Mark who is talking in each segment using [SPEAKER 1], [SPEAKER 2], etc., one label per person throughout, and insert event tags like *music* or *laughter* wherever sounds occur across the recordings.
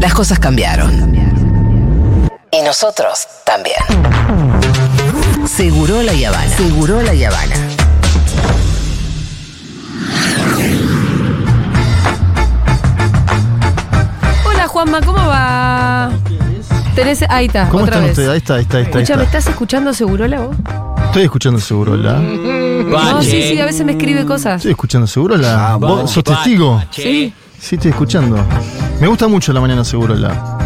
[SPEAKER 1] Las cosas cambiaron. Y nosotros también. Seguro la Yavana. Seguro la Yavana.
[SPEAKER 2] Hola Juanma, ¿cómo va? Tenés, ahí está,
[SPEAKER 3] ¿Cómo
[SPEAKER 2] otra
[SPEAKER 3] están
[SPEAKER 2] vez.
[SPEAKER 3] ustedes? Ahí está, ahí está, ahí está. ahí
[SPEAKER 2] Escucha, ¿me
[SPEAKER 3] está.
[SPEAKER 2] estás escuchando seguro la voz?
[SPEAKER 3] Estoy escuchando seguro la.
[SPEAKER 2] Mm. No, sí, sí, a veces me escribe cosas.
[SPEAKER 3] Estoy escuchando seguro la.
[SPEAKER 2] Ah,
[SPEAKER 3] ¿Vos sos testigo?
[SPEAKER 2] Sí,
[SPEAKER 3] Sí, estoy escuchando. Me gusta mucho la mañana seguro la.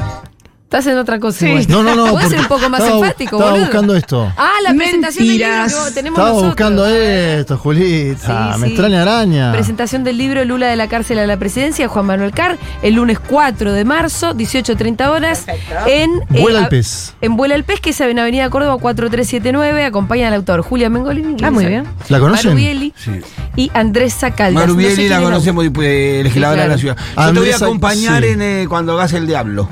[SPEAKER 2] estás en otra cosa. igual. *laughs*
[SPEAKER 3] No, no, no.
[SPEAKER 2] Podés ser
[SPEAKER 3] porque
[SPEAKER 2] un poco más
[SPEAKER 3] estaba bu-
[SPEAKER 2] empático,
[SPEAKER 3] Estaba
[SPEAKER 2] boludo.
[SPEAKER 3] buscando esto.
[SPEAKER 2] Ah, la presentación del libro
[SPEAKER 4] Mentiras.
[SPEAKER 2] que tenemos
[SPEAKER 3] Estaba
[SPEAKER 2] nosotros.
[SPEAKER 3] buscando esto, Julita.
[SPEAKER 2] Sí,
[SPEAKER 3] me
[SPEAKER 2] sí.
[SPEAKER 3] extraña araña.
[SPEAKER 2] Presentación del libro Lula de la cárcel a la presidencia, Juan Manuel Carr, el lunes 4 de marzo, 18.30 horas, en...
[SPEAKER 3] Vuela
[SPEAKER 2] eh,
[SPEAKER 3] el pez.
[SPEAKER 2] En Vuela el Pez, que es en Avenida Córdoba 4379, acompaña al autor Julián Mengolini.
[SPEAKER 4] Ah, muy bien.
[SPEAKER 3] ¿La conocen?
[SPEAKER 2] Marubieli y Andrés Sacaldas.
[SPEAKER 5] Maru
[SPEAKER 2] No sé
[SPEAKER 5] Bieli
[SPEAKER 2] quién
[SPEAKER 5] la
[SPEAKER 2] es.
[SPEAKER 5] conocemos, eh, legisladora de la
[SPEAKER 2] Sí,
[SPEAKER 5] ciudad.
[SPEAKER 2] claro.
[SPEAKER 5] Yo te voy
[SPEAKER 3] Andrés
[SPEAKER 5] a
[SPEAKER 3] Sa-
[SPEAKER 5] acompañar
[SPEAKER 3] sí.
[SPEAKER 5] en eh, cuando hagas el diablo.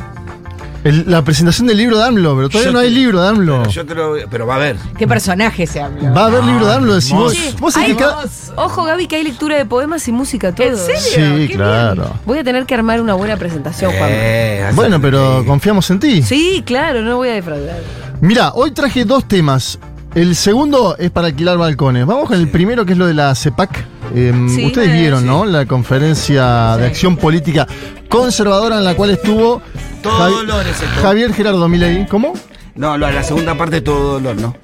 [SPEAKER 3] El- la presentación del libro de AMLO, pero todavía
[SPEAKER 5] Yo
[SPEAKER 3] no hay
[SPEAKER 5] te-
[SPEAKER 3] libro de AMLO.
[SPEAKER 5] Yo te lo, pero va a ver.
[SPEAKER 4] ¿Qué personaje se habla?
[SPEAKER 3] Va a haber libro de AMLO, decimos.
[SPEAKER 5] hermoso.
[SPEAKER 3] Vos sabés
[SPEAKER 2] Ah, Ay,
[SPEAKER 3] que cada-
[SPEAKER 2] vos. Ojo, Gaby, que hay lectura de poemas y música todo.
[SPEAKER 4] ¿En serio?
[SPEAKER 3] Sí,
[SPEAKER 4] Qué
[SPEAKER 3] claro.
[SPEAKER 2] Voy a tener que armar una buena presentación, Juan.
[SPEAKER 5] Eh, así-
[SPEAKER 3] Bueno, pero confiamos en ti.
[SPEAKER 2] Sí, claro, no voy a defraudar.
[SPEAKER 3] Mira, hoy traje dos temas. El segundo es para alquilar balcones. Vamos con el primero, que es lo de la CEPAC. Em,
[SPEAKER 2] Sí.
[SPEAKER 5] eh,
[SPEAKER 3] ustedes vieron, ¿no? La conferencia de acción política conservadora en la cual estuvo
[SPEAKER 5] Todo
[SPEAKER 3] Javi-
[SPEAKER 5] dolor es esto.
[SPEAKER 3] Javier Gerardo Milei. ¿Cómo?
[SPEAKER 5] No, lo- la segunda parte es todo dolor, ¿no?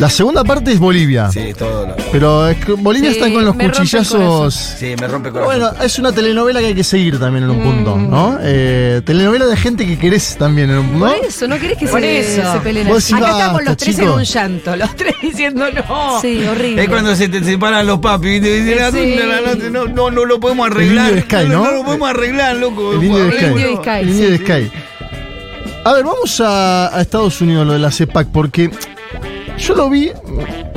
[SPEAKER 3] La segunda parte es Bolivia.
[SPEAKER 5] Sí, es todo dolor.
[SPEAKER 3] Pero es que Bolivia
[SPEAKER 2] Sí,
[SPEAKER 3] está con los
[SPEAKER 2] me rompe el
[SPEAKER 3] cuchillazos.
[SPEAKER 5] Sí, me rompe el corazón.
[SPEAKER 3] Bueno, es una telenovela que hay que seguir también en un punto,
[SPEAKER 2] Mm.
[SPEAKER 3] ¿no? Eh, telenovela de gente que querés también en un punto.
[SPEAKER 2] Por eso, no querés que
[SPEAKER 4] Por
[SPEAKER 2] se,
[SPEAKER 4] eso.
[SPEAKER 2] se peleen
[SPEAKER 3] Vos
[SPEAKER 2] así.
[SPEAKER 3] sí
[SPEAKER 4] Acá
[SPEAKER 3] basta,
[SPEAKER 4] estamos los tres en
[SPEAKER 3] chicos.
[SPEAKER 4] un llanto, los *laughs* tres diciendo no.
[SPEAKER 2] Sí, horrible.
[SPEAKER 5] es cuando se te separan los papis, ¿viste? Dicen, "Ah,
[SPEAKER 2] Sí.
[SPEAKER 5] no, no, no, no, no lo podemos arreglar.
[SPEAKER 3] El indio de Sky, ¿no?
[SPEAKER 5] lo podemos arreglar, loco.
[SPEAKER 3] El indio de Sky.
[SPEAKER 2] El indio de Sky,
[SPEAKER 3] El indio de
[SPEAKER 2] sí.
[SPEAKER 3] Sky. A ver, vamos a, a Estados Unidos, lo de la CEPAC, porque yo lo vi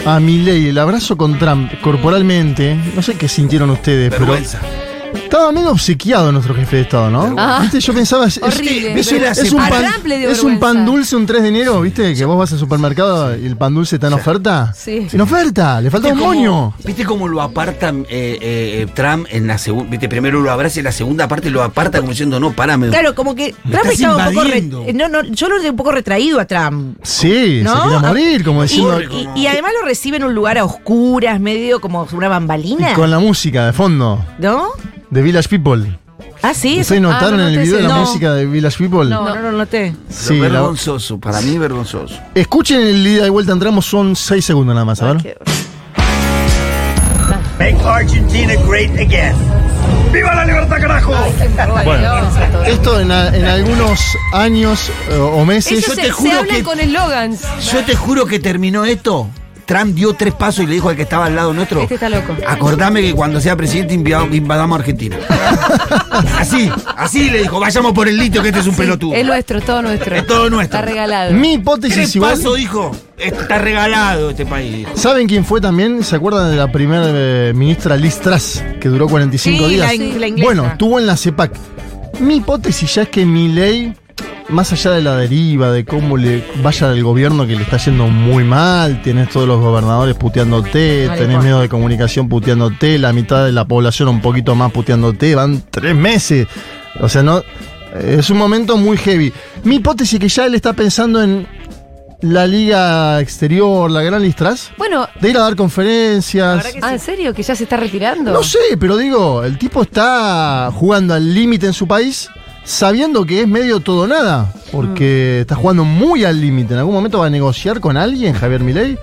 [SPEAKER 3] a Milei, el abrazo con Trump, corporalmente. No sé qué sintieron ustedes,
[SPEAKER 5] Vergüenza.
[SPEAKER 3] pero estaba medio obsequiado nuestro jefe de Estado, ¿no?
[SPEAKER 2] Ah.
[SPEAKER 3] ¿Viste? Yo pensaba, es, es-
[SPEAKER 2] Horrible.
[SPEAKER 3] es un-
[SPEAKER 5] Pero
[SPEAKER 3] es un
[SPEAKER 2] a
[SPEAKER 3] pan,
[SPEAKER 2] Trump le dio
[SPEAKER 3] es un pan
[SPEAKER 2] vergüenza.
[SPEAKER 3] dulce un 3 de enero, ¿viste? Que vos vas al supermercado y el pan dulce está en oferta.
[SPEAKER 2] Sí.
[SPEAKER 3] En oferta, le falta un
[SPEAKER 5] cómo-
[SPEAKER 3] moño.
[SPEAKER 5] ¿Viste cómo lo apartan eh, eh, eh, Trump en la segunda? ¿Viste? Primero lo abraza y en la segunda parte lo aparta como diciendo, no, párame.
[SPEAKER 4] Claro, como que
[SPEAKER 5] Me
[SPEAKER 4] Trump
[SPEAKER 5] estás
[SPEAKER 4] estaba un poco. re-
[SPEAKER 5] invadiendo.
[SPEAKER 4] no, no, yo lo veo un poco retraído a Trump.
[SPEAKER 3] Sí,
[SPEAKER 4] ¿No?
[SPEAKER 3] se quería
[SPEAKER 2] Ah.
[SPEAKER 3] morir, como
[SPEAKER 4] Y,
[SPEAKER 3] diciendo.
[SPEAKER 4] y- y además lo recibe en un lugar a oscuras, medio como una bambalina.
[SPEAKER 3] y con la música de fondo,
[SPEAKER 4] ¿No?
[SPEAKER 3] de Village People.
[SPEAKER 4] Ah, sí. eso-
[SPEAKER 3] ¿Ustedes notaron
[SPEAKER 2] Ah, no
[SPEAKER 3] en el
[SPEAKER 2] noté
[SPEAKER 3] video
[SPEAKER 2] ese-
[SPEAKER 3] la
[SPEAKER 4] no.
[SPEAKER 3] música de Village People?
[SPEAKER 4] No, no, no lo noté.
[SPEAKER 5] Pero
[SPEAKER 3] Sí, la-
[SPEAKER 5] vergonzoso, para mí vergonzoso.
[SPEAKER 3] Escuchen el ida y vuelta, entramos, son 6 segundos nada más, a ver.
[SPEAKER 6] Make Argentina great again. ¡Viva la libertad, carajo!
[SPEAKER 3] Esto en, a- en algunos años eh, o meses.
[SPEAKER 2] Ellos
[SPEAKER 5] yo
[SPEAKER 2] se,
[SPEAKER 5] te
[SPEAKER 2] se
[SPEAKER 5] juro
[SPEAKER 2] hablan
[SPEAKER 5] que-
[SPEAKER 2] con eslogans.
[SPEAKER 5] Yo te juro que terminó esto. Trump dio tres pasos y le dijo al que estaba al lado nuestro.
[SPEAKER 2] Este está loco.
[SPEAKER 3] Ah,
[SPEAKER 5] Acordame que cuando sea presidente invia- invadamos Argentina. *laughs* así, así le dijo, vayamos por el litio que este es un pelotudo.
[SPEAKER 2] Es nuestro, es todo nuestro.
[SPEAKER 5] Es todo nuestro.
[SPEAKER 2] Está regalado.
[SPEAKER 3] Mi hipótesis
[SPEAKER 5] Tres
[SPEAKER 3] igual.
[SPEAKER 5] pasos, dijo. Está regalado este país. dijo.
[SPEAKER 3] ¿Saben quién fue también? ¿Se acuerdan de la primera eh, ministra Liz Truss, que duró 45
[SPEAKER 4] Sí,
[SPEAKER 3] días?
[SPEAKER 4] la in- la inglesa.
[SPEAKER 3] bueno, estuvo en la E CEPAC. Mi hipótesis ya es que mi ley, más allá de la deriva, de cómo le vaya el gobierno que le está yendo muy mal, tenés todos los gobernadores puteándote, tenés medios de comunicación puteándote, la mitad de la población un poquito más puteándote, van tres meses. O sea, no. Es un momento muy heavy. Mi hipótesis es que ya él está pensando en la liga exterior, la gran listras.
[SPEAKER 2] Bueno,
[SPEAKER 3] De ir a dar conferencias.
[SPEAKER 2] ah, ¿en serio? ¿Que ya se está retirando?
[SPEAKER 3] No sé, pero digo, el tipo está jugando al límite en su país, sabiendo que es medio todo o nada, porque
[SPEAKER 2] Mm.
[SPEAKER 3] está jugando muy al límite. En algún momento va a negociar con alguien, Javier Milei.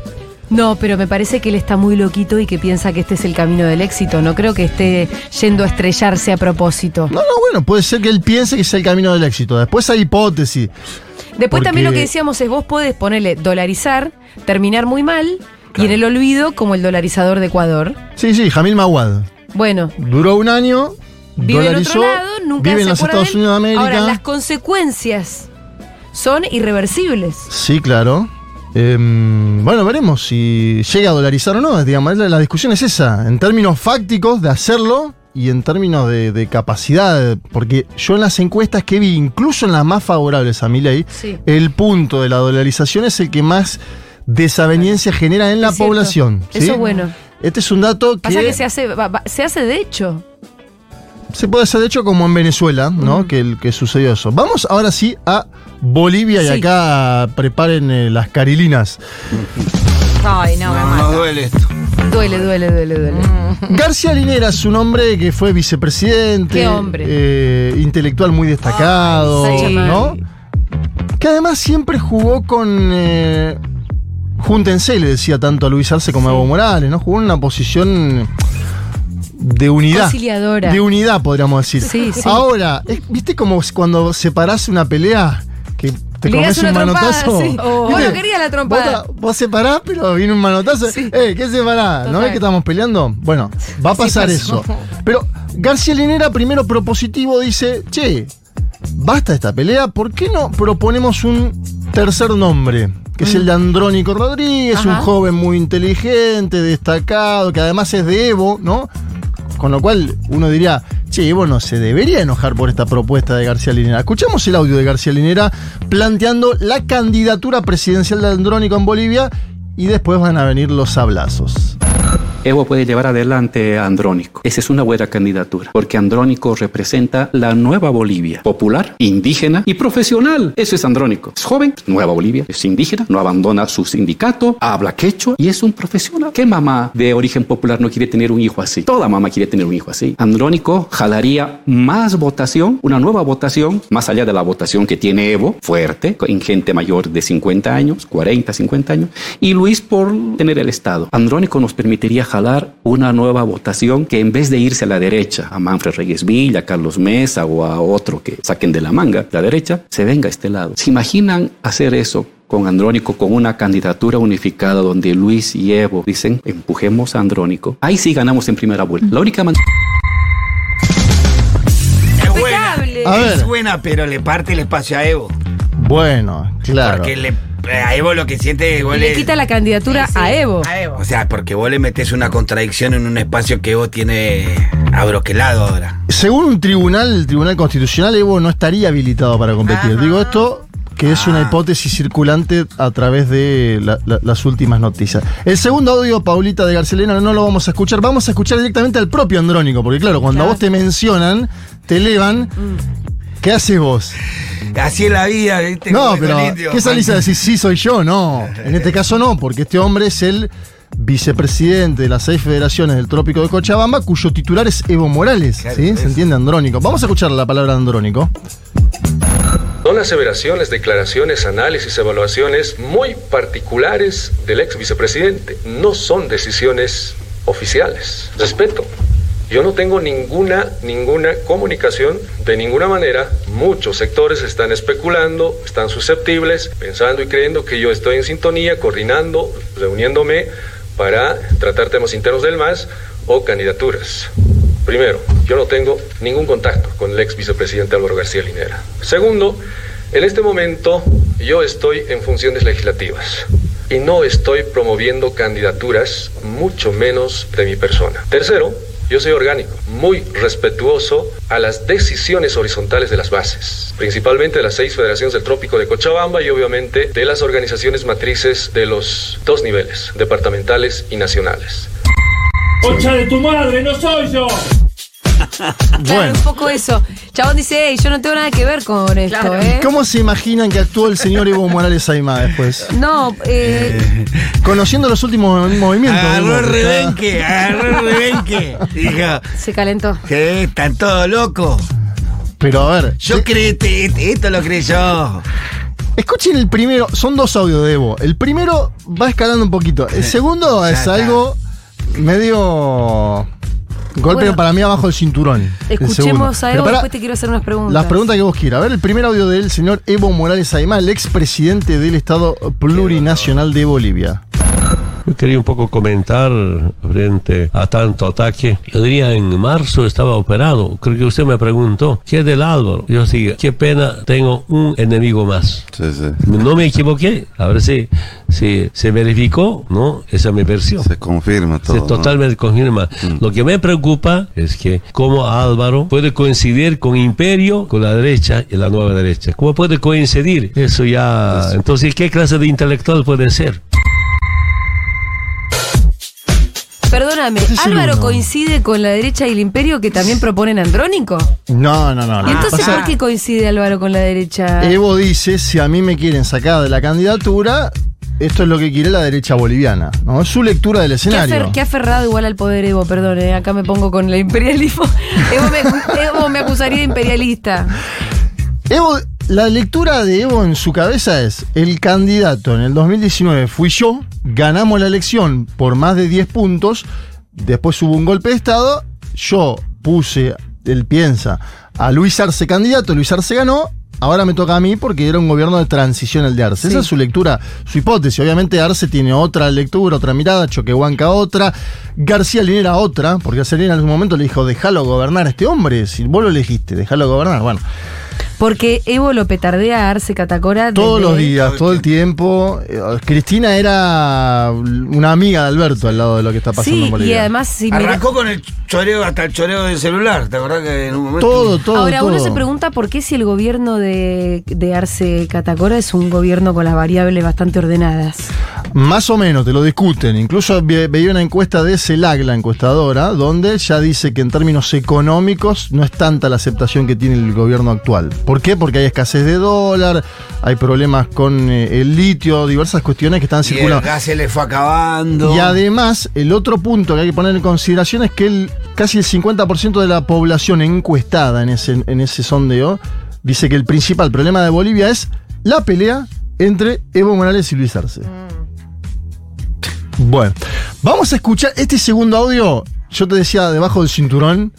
[SPEAKER 2] No, pero me parece que él está muy loquito y que piensa que este es el camino del éxito. No creo que esté yendo a estrellarse a propósito.
[SPEAKER 3] No, no, bueno, puede ser que él piense que es el camino del éxito. Después hay hipótesis.
[SPEAKER 2] Después
[SPEAKER 3] Porque-
[SPEAKER 2] también lo que decíamos es vos podés ponerle dolarizar, terminar muy mal y en el olvido como el dolarizador de Ecuador.
[SPEAKER 3] Sí, sí, Jamil Mawad.
[SPEAKER 2] Bueno,
[SPEAKER 3] Duró un año,
[SPEAKER 2] vive en
[SPEAKER 3] dolarizó,
[SPEAKER 2] otro lado, nunca
[SPEAKER 3] vive
[SPEAKER 2] se
[SPEAKER 3] en los
[SPEAKER 2] acuerda de
[SPEAKER 3] Estados
[SPEAKER 2] él.
[SPEAKER 3] Unidos de América.
[SPEAKER 2] Ahora, las consecuencias son irreversibles.
[SPEAKER 3] Sí, claro. Em, bueno, veremos si llega a dolarizar o no. Digamos, la, la discusión es esa, en términos fácticos de hacerlo y en términos de, de capacidad. Porque yo en las encuestas que vi, incluso en las más favorables a mi ley,
[SPEAKER 2] Sí.
[SPEAKER 3] el punto de la dolarización es el que más desaveniencia genera en la
[SPEAKER 2] Es cierto.
[SPEAKER 3] población.
[SPEAKER 2] Eso es bueno.
[SPEAKER 3] Este es un dato que,
[SPEAKER 2] Pasa que se hace, va- va- se hace de hecho.
[SPEAKER 3] se puede hacer, de hecho, como en Venezuela, ¿no? Que, el- que sucedió eso. Vamos ahora sí a Bolivia y
[SPEAKER 2] Sí.
[SPEAKER 3] acá preparen eh, las carilinas.
[SPEAKER 4] Ay, no, me
[SPEAKER 5] No,
[SPEAKER 4] mata.
[SPEAKER 5] nos duele esto.
[SPEAKER 2] Duele, duele, duele, duele.
[SPEAKER 3] *laughs* García Lineras, un hombre que fue vicepresidente.
[SPEAKER 2] Qué hombre.
[SPEAKER 3] eh, intelectual muy destacado,
[SPEAKER 2] Ay, sí.
[SPEAKER 3] ¿no? Que además siempre jugó con. eh, júntense, le decía tanto a Luis Arce como a Evo Morales, ¿no? Jugó en una posición de unidad.
[SPEAKER 2] Conciliadora.
[SPEAKER 3] De unidad, podríamos decir.
[SPEAKER 2] Sí, sí.
[SPEAKER 3] Ahora, es- ¿viste como cuando separás una pelea? Que te
[SPEAKER 2] Le das
[SPEAKER 3] comes un
[SPEAKER 2] una trompada,
[SPEAKER 3] manotazo.
[SPEAKER 2] sí. Oh. Vos
[SPEAKER 3] ¿Viste?
[SPEAKER 2] no querías la trompada.
[SPEAKER 3] Vos, ta- vos separás, pero viene un manotazo. Eh, ¿qué separás? ¿No
[SPEAKER 2] Total.
[SPEAKER 3] ves que estamos peleando? Bueno, va a pasar
[SPEAKER 2] pasó.
[SPEAKER 3] eso. Pero García Linera, primero propositivo, dice: Che, basta esta pelea, ¿por qué no proponemos un tercer nombre? Que es el de Andrónico Rodríguez,
[SPEAKER 2] Ajá.
[SPEAKER 3] un joven muy inteligente, destacado, que además es de Evo, ¿no? Con lo cual uno diría, che, Evo no se debería enojar por esta propuesta de García Linera. Escuchamos el audio de García Linera planteando la candidatura presidencial de Andrónico en Bolivia y después van a venir los sablazos.
[SPEAKER 7] Evo puede llevar adelante a Andrónico. Esa es una buena candidatura, porque Andrónico representa la nueva Bolivia, popular, indígena y profesional. Eso es Andrónico. Es joven, nueva Bolivia, es indígena, no abandona su sindicato, habla quechua y es un profesional. ¿Qué mamá de origen popular no quiere tener un hijo así? Toda mamá quiere tener un hijo así. Andrónico jalaría más votación, una nueva votación, más allá de la votación que tiene Evo, fuerte, en gente mayor de 50 años, 40, 50 años, y Luis por tener el Estado. Andrónico nos permitiría jalar una nueva votación que en vez de irse a la derecha, a Manfred Reyes Villa, a Carlos Mesa o a otro que saquen de la manga, la derecha, se venga a este lado. ¿Se imaginan hacer eso? con Andrónico, con una candidatura unificada donde Luis y Evo dicen, empujemos a Andrónico. Ahí sí ganamos en primera vuelta. La única manera...
[SPEAKER 5] Es buena.
[SPEAKER 2] Eh,
[SPEAKER 4] Impecable.
[SPEAKER 3] A ver.
[SPEAKER 5] Es buena, pero le parte el espacio a Evo.
[SPEAKER 3] Bueno, claro.
[SPEAKER 5] Porque le, a Evo lo que siente es...
[SPEAKER 2] Y le quita la candidatura a Evo.
[SPEAKER 4] A Evo.
[SPEAKER 5] O sea, porque vos le metes una contradicción en un espacio que Evo tiene abroquelado ahora.
[SPEAKER 3] Según un tribunal, el Tribunal Constitucional, Evo no estaría habilitado para competir. Digo esto que es una hipótesis circulante a través de la- la- las últimas noticias. El segundo audio, Paulita de Garcelena, no lo vamos a escuchar. Vamos a escuchar directamente al propio Andrónico, porque claro, cuando a vos te mencionan, te elevan, ¿qué haces vos?
[SPEAKER 5] Así es la vida, ¿viste?
[SPEAKER 3] no,
[SPEAKER 5] Como
[SPEAKER 3] pero
[SPEAKER 5] el indio.
[SPEAKER 3] ¿qué salís a decir? Sí, soy yo, no. En este caso no, porque este hombre es el vicepresidente de las seis federaciones del Trópico de Cochabamba, cuyo titular es Evo Morales.
[SPEAKER 5] Claro,
[SPEAKER 3] ¿sí?
[SPEAKER 5] eso.
[SPEAKER 3] ¿Se entiende? Andrónico. Vamos a escuchar la palabra andrónico.
[SPEAKER 8] Son aseveraciones, declaraciones, análisis, evaluaciones muy particulares del ex vicepresidente. No son decisiones oficiales. Respeto. Yo no tengo ninguna, ninguna comunicación de ninguna manera. Muchos sectores están especulando, están susceptibles, pensando y creyendo que yo estoy en sintonía, coordinando, reuniéndome para tratar temas internos del MAS o candidaturas. Primero, yo no tengo ningún contacto con el ex vicepresidente Álvaro García Linera. Segundo, en este momento yo estoy en funciones legislativas y no estoy promoviendo candidaturas, mucho menos de mi persona. Tercero, yo soy orgánico, muy respetuoso a las decisiones horizontales de las bases, principalmente de las seis federaciones del Trópico de Cochabamba y obviamente de las organizaciones matrices de los dos niveles, departamentales y nacionales.
[SPEAKER 9] ¡Concha de tu madre, no soy yo!
[SPEAKER 2] Claro,
[SPEAKER 3] Bueno.
[SPEAKER 2] un poco eso. Chabón dice, hey, yo no tengo nada que ver con esto,
[SPEAKER 4] Claro.
[SPEAKER 2] ¿eh?
[SPEAKER 3] ¿Cómo se imaginan que actuó el señor Evo Morales Aymá
[SPEAKER 5] *laughs*
[SPEAKER 3] después?
[SPEAKER 2] No, eh,
[SPEAKER 3] Conociendo los últimos movimientos.
[SPEAKER 5] Agarró
[SPEAKER 3] digo,
[SPEAKER 5] el
[SPEAKER 3] que está-
[SPEAKER 5] rebenque, agarró
[SPEAKER 3] *laughs*
[SPEAKER 5] el rebenque. Dijo,
[SPEAKER 2] se calentó.
[SPEAKER 5] que están todos locos.
[SPEAKER 3] Pero a ver,
[SPEAKER 5] Yo creí, te- esto lo creí yo.
[SPEAKER 3] escuchen el primero. Son dos audios de Evo. El primero va escalando un poquito. El segundo
[SPEAKER 5] Ya
[SPEAKER 3] es
[SPEAKER 5] está.
[SPEAKER 3] algo medio. Golpe
[SPEAKER 2] Bueno.
[SPEAKER 3] para mí abajo del cinturón. el segundo.
[SPEAKER 2] Escuchemos a
[SPEAKER 3] Pero
[SPEAKER 2] Evo,
[SPEAKER 3] pará,
[SPEAKER 2] después te quiero hacer unas preguntas.
[SPEAKER 3] Las preguntas que vos quieras. A ver, el primer audio del señor Evo Morales Aymá, el expresidente del Estado Plurinacional de Bolivia.
[SPEAKER 10] Yo Pues quería un poco comentar frente a tanto ataque. Yo diría, en marzo estaba operado. Creo que usted me preguntó, ¿qué es del Álvaro? Yo sí, qué pena, tengo un enemigo más. No me equivoqué. A ver si, si se verificó, ¿no? Esa es mi versión.
[SPEAKER 11] Se confirma todo.
[SPEAKER 10] Se
[SPEAKER 11] ¿no? Mm.
[SPEAKER 10] totalmente confirma. Lo que me preocupa es que cómo Álvaro puede coincidir con Imperio, con la derecha y la nueva derecha. ¿Cómo puede coincidir? Eso ya... Entonces, ¿qué clase de intelectual puede ser?
[SPEAKER 2] Perdóname,
[SPEAKER 3] Ese es el
[SPEAKER 2] ¿Álvaro
[SPEAKER 3] uno.
[SPEAKER 2] coincide con la derecha y el imperio que también proponen Andrónico?
[SPEAKER 3] No, no, no. no.
[SPEAKER 2] ¿Y entonces
[SPEAKER 3] Pasa-
[SPEAKER 2] por qué coincide Álvaro con la derecha?
[SPEAKER 3] Evo dice, si a mí me quieren sacar de la candidatura, esto es lo que quiere la derecha boliviana, ¿no? Es su lectura del
[SPEAKER 2] Qué,
[SPEAKER 3] escenario.
[SPEAKER 2] afer- qué aferrado igual al poder Evo, perdón, eh, acá me pongo con el imperialismo. *laughs* Evo me, Evo me acusaría de imperialista.
[SPEAKER 3] Evo, la lectura de Evo en su cabeza es, el candidato en el 2019 fui yo, ganamos la elección por más de 10 puntos, después hubo un golpe de Estado, yo puse, él piensa, a Luis Arce candidato, Luis Arce ganó. Ahora me toca a mí porque era un gobierno de transición el de Arce. Esa es su lectura, su hipótesis. Obviamente Arce tiene otra lectura, otra mirada, Choquehuanca otra, García Linera otra, porque García Linera en algún momento le dijo, déjalo gobernar a este hombre, si vos lo elegiste, déjalo gobernar. Bueno,
[SPEAKER 2] Porque Evo lo petardea a Arce Catacora. desde-
[SPEAKER 3] todos los días, todo el tiempo. Eh, Cristina era una amiga de Alberto al lado de lo que está pasando
[SPEAKER 2] Sí,
[SPEAKER 3] en
[SPEAKER 2] y
[SPEAKER 3] Bolivia.
[SPEAKER 2] además, si mira-
[SPEAKER 5] Arrancó con el choreo, hasta el choreo del celular, ¿te acordás que en un momento?
[SPEAKER 3] todo, todo.
[SPEAKER 2] Ahora uno
[SPEAKER 3] todo.
[SPEAKER 2] se pregunta por qué si el gobierno de, de Arce Catacora es un gobierno con las variables bastante ordenadas.
[SPEAKER 3] Más o menos, te lo discuten. Incluso ve- veía una encuesta de CELAC, la encuestadora, donde ya dice que en términos económicos no es tanta la aceptación que tiene el gobierno actual. ¿Por qué? Porque hay escasez de dólar, hay problemas con eh, el litio, diversas cuestiones que están
[SPEAKER 5] Y el
[SPEAKER 3] circulando.
[SPEAKER 5] gas se le fue acabando.
[SPEAKER 3] Y además, el otro punto que hay que poner en consideración es que el, casi el 50% de la población encuestada en ese, en ese sondeo dice que el principal problema de Bolivia es la pelea entre Evo Morales y Luis Arce. Bueno, vamos a escuchar este segundo audio. Yo te decía, debajo del cinturón.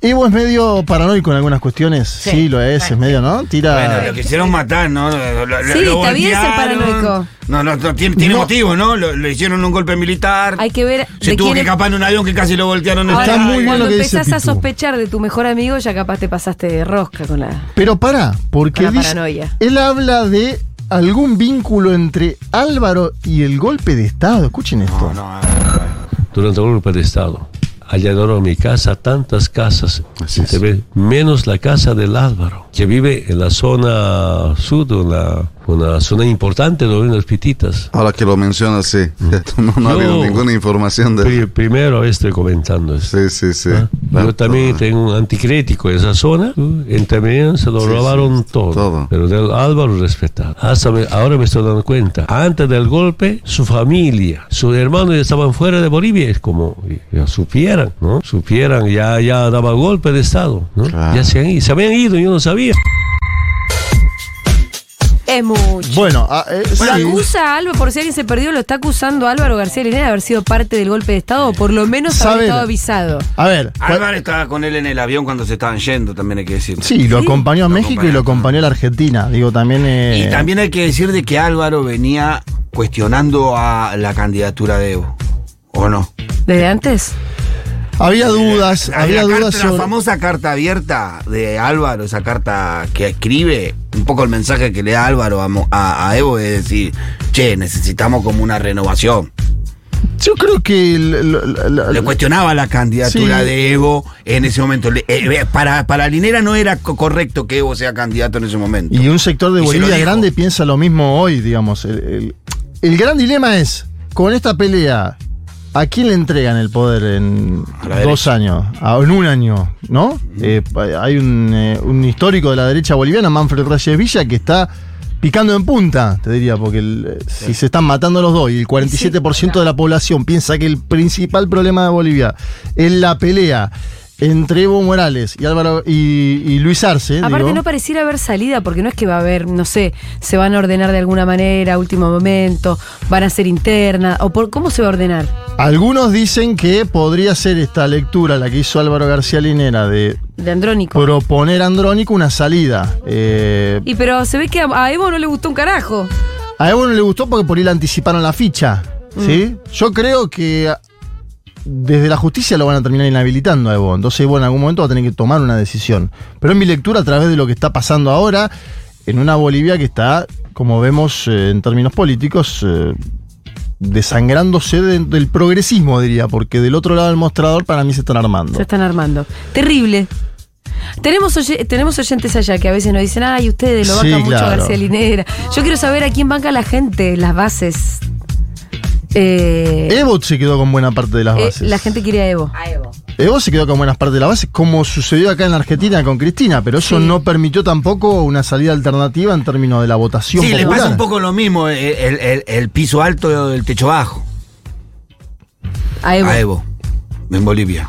[SPEAKER 3] Evo es medio paranoico en algunas cuestiones. Sí, lo es, es medio, ¿no? Tira.
[SPEAKER 5] Bueno, lo quisieron matar, ¿no? Lo- lo-
[SPEAKER 2] Sí,
[SPEAKER 5] lo
[SPEAKER 2] está bien ser
[SPEAKER 5] golpearon.
[SPEAKER 2] paranoico.
[SPEAKER 5] No, no, no, tiene, tiene
[SPEAKER 3] No.
[SPEAKER 5] motivo, ¿no? Lo, lo hicieron un golpe militar.
[SPEAKER 2] Hay que ver
[SPEAKER 5] se
[SPEAKER 2] de
[SPEAKER 5] tuvo
[SPEAKER 2] quién
[SPEAKER 5] que
[SPEAKER 2] es-
[SPEAKER 5] escapar en un avión que casi lo voltearon. en el
[SPEAKER 3] Está
[SPEAKER 2] Ahora,
[SPEAKER 3] muy
[SPEAKER 5] aire.
[SPEAKER 3] mal
[SPEAKER 2] cuando
[SPEAKER 3] lo que dice
[SPEAKER 2] empezás a
[SPEAKER 3] Pitu.
[SPEAKER 2] sospechar de tu mejor amigo, ya capaz te pasaste de rosca con la.
[SPEAKER 3] Pero para, porque
[SPEAKER 2] Con la
[SPEAKER 3] dice-
[SPEAKER 2] paranoia.
[SPEAKER 3] él habla de algún vínculo entre Álvaro y el golpe de Estado. Escuchen esto.
[SPEAKER 5] No, no, no.
[SPEAKER 10] durante el golpe de Estado. Allanaron mi casa, tantas casas, te ves, menos la casa del Álvaro, que vive en la zona sur, una, una zona importante de los Pititas.
[SPEAKER 11] Ahora que lo mencionas, sí. *laughs* No, no ha
[SPEAKER 10] Yo-
[SPEAKER 11] habido ninguna información de...
[SPEAKER 10] Pri- primero estoy comentando esto.
[SPEAKER 11] Sí, sí, sí.
[SPEAKER 10] ¿ah?
[SPEAKER 11] pues, eh, Claro,
[SPEAKER 10] Yo también
[SPEAKER 11] todo.
[SPEAKER 10] tengo un anticrítico en esa zona. ¿no? En también se lo
[SPEAKER 11] Sí,
[SPEAKER 10] robaron
[SPEAKER 11] sí,
[SPEAKER 10] todo,
[SPEAKER 11] todo.
[SPEAKER 10] Pero del Álvaro respetado. Hasta me- ahora me estoy dando cuenta. Antes del golpe, su familia, sus hermanos ya estaban fuera de Bolivia. Es como ya supieran, ¿no? Supieran, ya, ya daba golpe de Estado. ¿no?
[SPEAKER 11] Claro.
[SPEAKER 10] Ya se, han ido, se habían ido, yo no sabía.
[SPEAKER 2] Es mucho.
[SPEAKER 3] Bueno, ah, eh,
[SPEAKER 2] Lo
[SPEAKER 3] sí.
[SPEAKER 2] acusa a Álvaro, por si alguien se perdió, lo está acusando a Álvaro García Linera de haber sido parte del golpe de Estado, o por lo menos haber
[SPEAKER 3] Saber.
[SPEAKER 2] estado avisado.
[SPEAKER 3] a ver. cua-
[SPEAKER 5] Álvaro estaba con él en el avión cuando se estaban yendo, también hay que decir.
[SPEAKER 3] Sí, lo acompañó a
[SPEAKER 5] Lo
[SPEAKER 3] México y lo acompañó a la Argentina. Digo, también. eh,
[SPEAKER 5] Y también hay que decir de que Álvaro venía cuestionando a la candidatura de Evo. ¿O no?
[SPEAKER 2] ¿Desde antes?
[SPEAKER 3] Había dudas,
[SPEAKER 5] La-
[SPEAKER 3] había
[SPEAKER 5] la, carta-
[SPEAKER 3] dudas
[SPEAKER 5] la
[SPEAKER 3] sobre.
[SPEAKER 5] famosa carta abierta de Álvaro, esa carta que escribe, un poco el mensaje que le da Álvaro a, Mo- a- a Evo es decir, che, necesitamos como una renovación.
[SPEAKER 3] Yo creo que. el- lo- lo- lo-
[SPEAKER 5] Le cuestionaba la candidatura
[SPEAKER 3] Sí.
[SPEAKER 5] de Evo en ese momento. Le- eh, para, para Linera no era co- correcto que Evo sea candidato en ese momento.
[SPEAKER 3] Y un sector de
[SPEAKER 5] Y se lo
[SPEAKER 3] Bolivia
[SPEAKER 5] dijo.
[SPEAKER 3] grande piensa lo mismo hoy, digamos. El, el- el gran dilema es, con esta pelea, ¿a quién le entregan el poder en
[SPEAKER 5] A la
[SPEAKER 3] dos años? A- en un año, ¿no? Eh, hay un, eh, un histórico de la derecha boliviana, Manfred Reyes Villa, que está picando en punta, te diría, porque el- eh, si se están matando los dos y el 47% de la población piensa que el principal problema de Bolivia es la pelea entre Evo Morales y Álvaro y, y Luis Arce.
[SPEAKER 2] Aparte,
[SPEAKER 3] digo.
[SPEAKER 2] no pareciera haber salida, porque no es que va a haber, no sé, se van a ordenar de alguna manera, último momento, van a ser internas, o por cómo se va a ordenar.
[SPEAKER 3] Algunos dicen que podría ser esta lectura, la que hizo Álvaro García Linera, de
[SPEAKER 2] De Andrónico.
[SPEAKER 3] proponer a Andrónico una salida. Eh,
[SPEAKER 2] Y pero se ve que a, a Evo no le gustó un carajo.
[SPEAKER 3] a Evo no le gustó porque por ahí le anticiparon la ficha.
[SPEAKER 2] Mm.
[SPEAKER 3] ¿sí? Yo creo que desde la justicia lo van a terminar inhabilitando a Evo. Entonces Evo en algún momento va a tener que tomar una decisión. Pero en mi lectura, a través de lo que está pasando ahora, en una Bolivia que está, como vemos eh, en términos políticos, eh, desangrándose de- del progresismo, diría, porque del otro lado del mostrador para mí se están armando.
[SPEAKER 2] Se están armando. Terrible. Tenemos, oye- tenemos oyentes allá que a veces nos dicen, ay, ustedes lo
[SPEAKER 3] Sí,
[SPEAKER 2] bancan mucho a
[SPEAKER 3] claro.
[SPEAKER 2] García Linera. Yo quiero saber a quién banca la gente, las bases. Eh,
[SPEAKER 3] Evo se quedó con buena parte de las
[SPEAKER 2] eh,
[SPEAKER 3] bases.
[SPEAKER 2] la gente quiere a Evo.
[SPEAKER 3] Evo Eh, se quedó con buenas partes de la base, como sucedió acá en la Argentina con Cristina, pero eso no permitió tampoco una salida alternativa en términos de la votación
[SPEAKER 5] Sí, le
[SPEAKER 3] popular.
[SPEAKER 5] pasa un poco lo mismo, el, el- el- el piso alto del techo bajo,
[SPEAKER 2] A Evo.
[SPEAKER 5] a Evo, en Bolivia.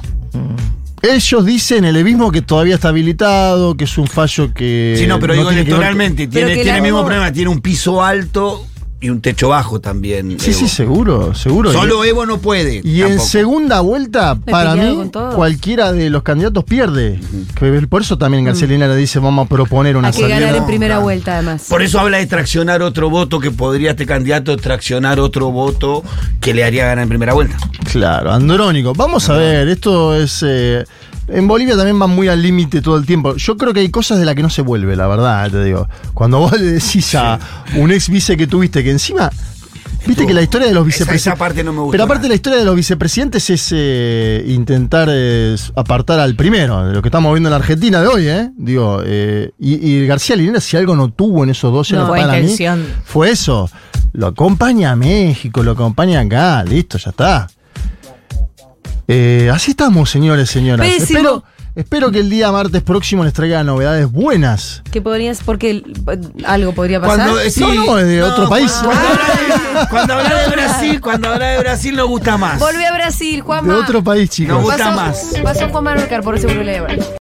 [SPEAKER 3] Ellos dicen el evismo que todavía está habilitado, que es un fallo que.
[SPEAKER 5] sí, no, pero digo
[SPEAKER 3] Eh, tiene que ver con-
[SPEAKER 5] electoralmente,
[SPEAKER 2] Pero
[SPEAKER 5] tiene,
[SPEAKER 2] que
[SPEAKER 5] tiene
[SPEAKER 2] la
[SPEAKER 5] el mismo
[SPEAKER 2] Evo-
[SPEAKER 5] problema, tiene un piso alto y un techo bajo también.
[SPEAKER 3] Sí,
[SPEAKER 5] Evo.
[SPEAKER 3] sí, seguro, seguro.
[SPEAKER 5] Solo Evo no puede.
[SPEAKER 3] Y en
[SPEAKER 5] tampoco.
[SPEAKER 3] segunda vuelta,
[SPEAKER 2] he
[SPEAKER 3] para
[SPEAKER 2] peleado
[SPEAKER 3] mí,
[SPEAKER 2] con todos.
[SPEAKER 3] cualquiera de los candidatos pierde. Que Por eso
[SPEAKER 2] Mm.
[SPEAKER 3] también Garcelina le dice, vamos a proponer una
[SPEAKER 2] Hay que
[SPEAKER 3] salida.
[SPEAKER 2] ganar en primera
[SPEAKER 5] claro.
[SPEAKER 2] vuelta, además.
[SPEAKER 5] Por eso habla de traccionar otro voto, que podría este candidato traccionar otro voto que le haría ganar en primera vuelta.
[SPEAKER 3] Claro, Andrónico. Vamos a ver, esto es... eh, en Bolivia también van muy al límite todo el tiempo. Yo creo que hay cosas de las que no se vuelve, la verdad, eh, te digo. Cuando vos *laughs* le decís a un ex vice que tuviste, que encima... Viste
[SPEAKER 5] Estuvo-
[SPEAKER 3] que la historia de los
[SPEAKER 5] esa-
[SPEAKER 3] vicepresidentes...
[SPEAKER 5] esa parte no me gustó
[SPEAKER 3] Pero aparte
[SPEAKER 5] nada.
[SPEAKER 3] la historia de los vicepresidentes es eh, intentar eh, apartar al primero, de lo que estamos viendo en la Argentina de hoy, ¿eh? Digo, eh, y, y García Linera, si algo no tuvo en esos dos
[SPEAKER 4] No,
[SPEAKER 3] años
[SPEAKER 4] fue
[SPEAKER 3] para mí,
[SPEAKER 4] intención.
[SPEAKER 3] fue eso. Lo acompaña a México, lo acompaña acá, listo, ya está. Eh, así estamos, señores, señoras.
[SPEAKER 2] Pésimo.
[SPEAKER 3] Espero, espero que el día martes próximo les traiga novedades buenas.
[SPEAKER 2] ¿Qué podrías? Porque el- algo podría pasar.
[SPEAKER 5] eh, sí,
[SPEAKER 3] No, no, es de otro país.
[SPEAKER 5] Cuando, habla de, cuando habla de Brasil, cuando habla de Brasil nos gusta más.
[SPEAKER 2] Volví a Brasil, Juanma.
[SPEAKER 3] De otro país,
[SPEAKER 5] No
[SPEAKER 3] chicos.
[SPEAKER 5] gusta
[SPEAKER 2] Pasó-
[SPEAKER 5] más.
[SPEAKER 2] Pasó Juan Manuel Carpor, seguro que le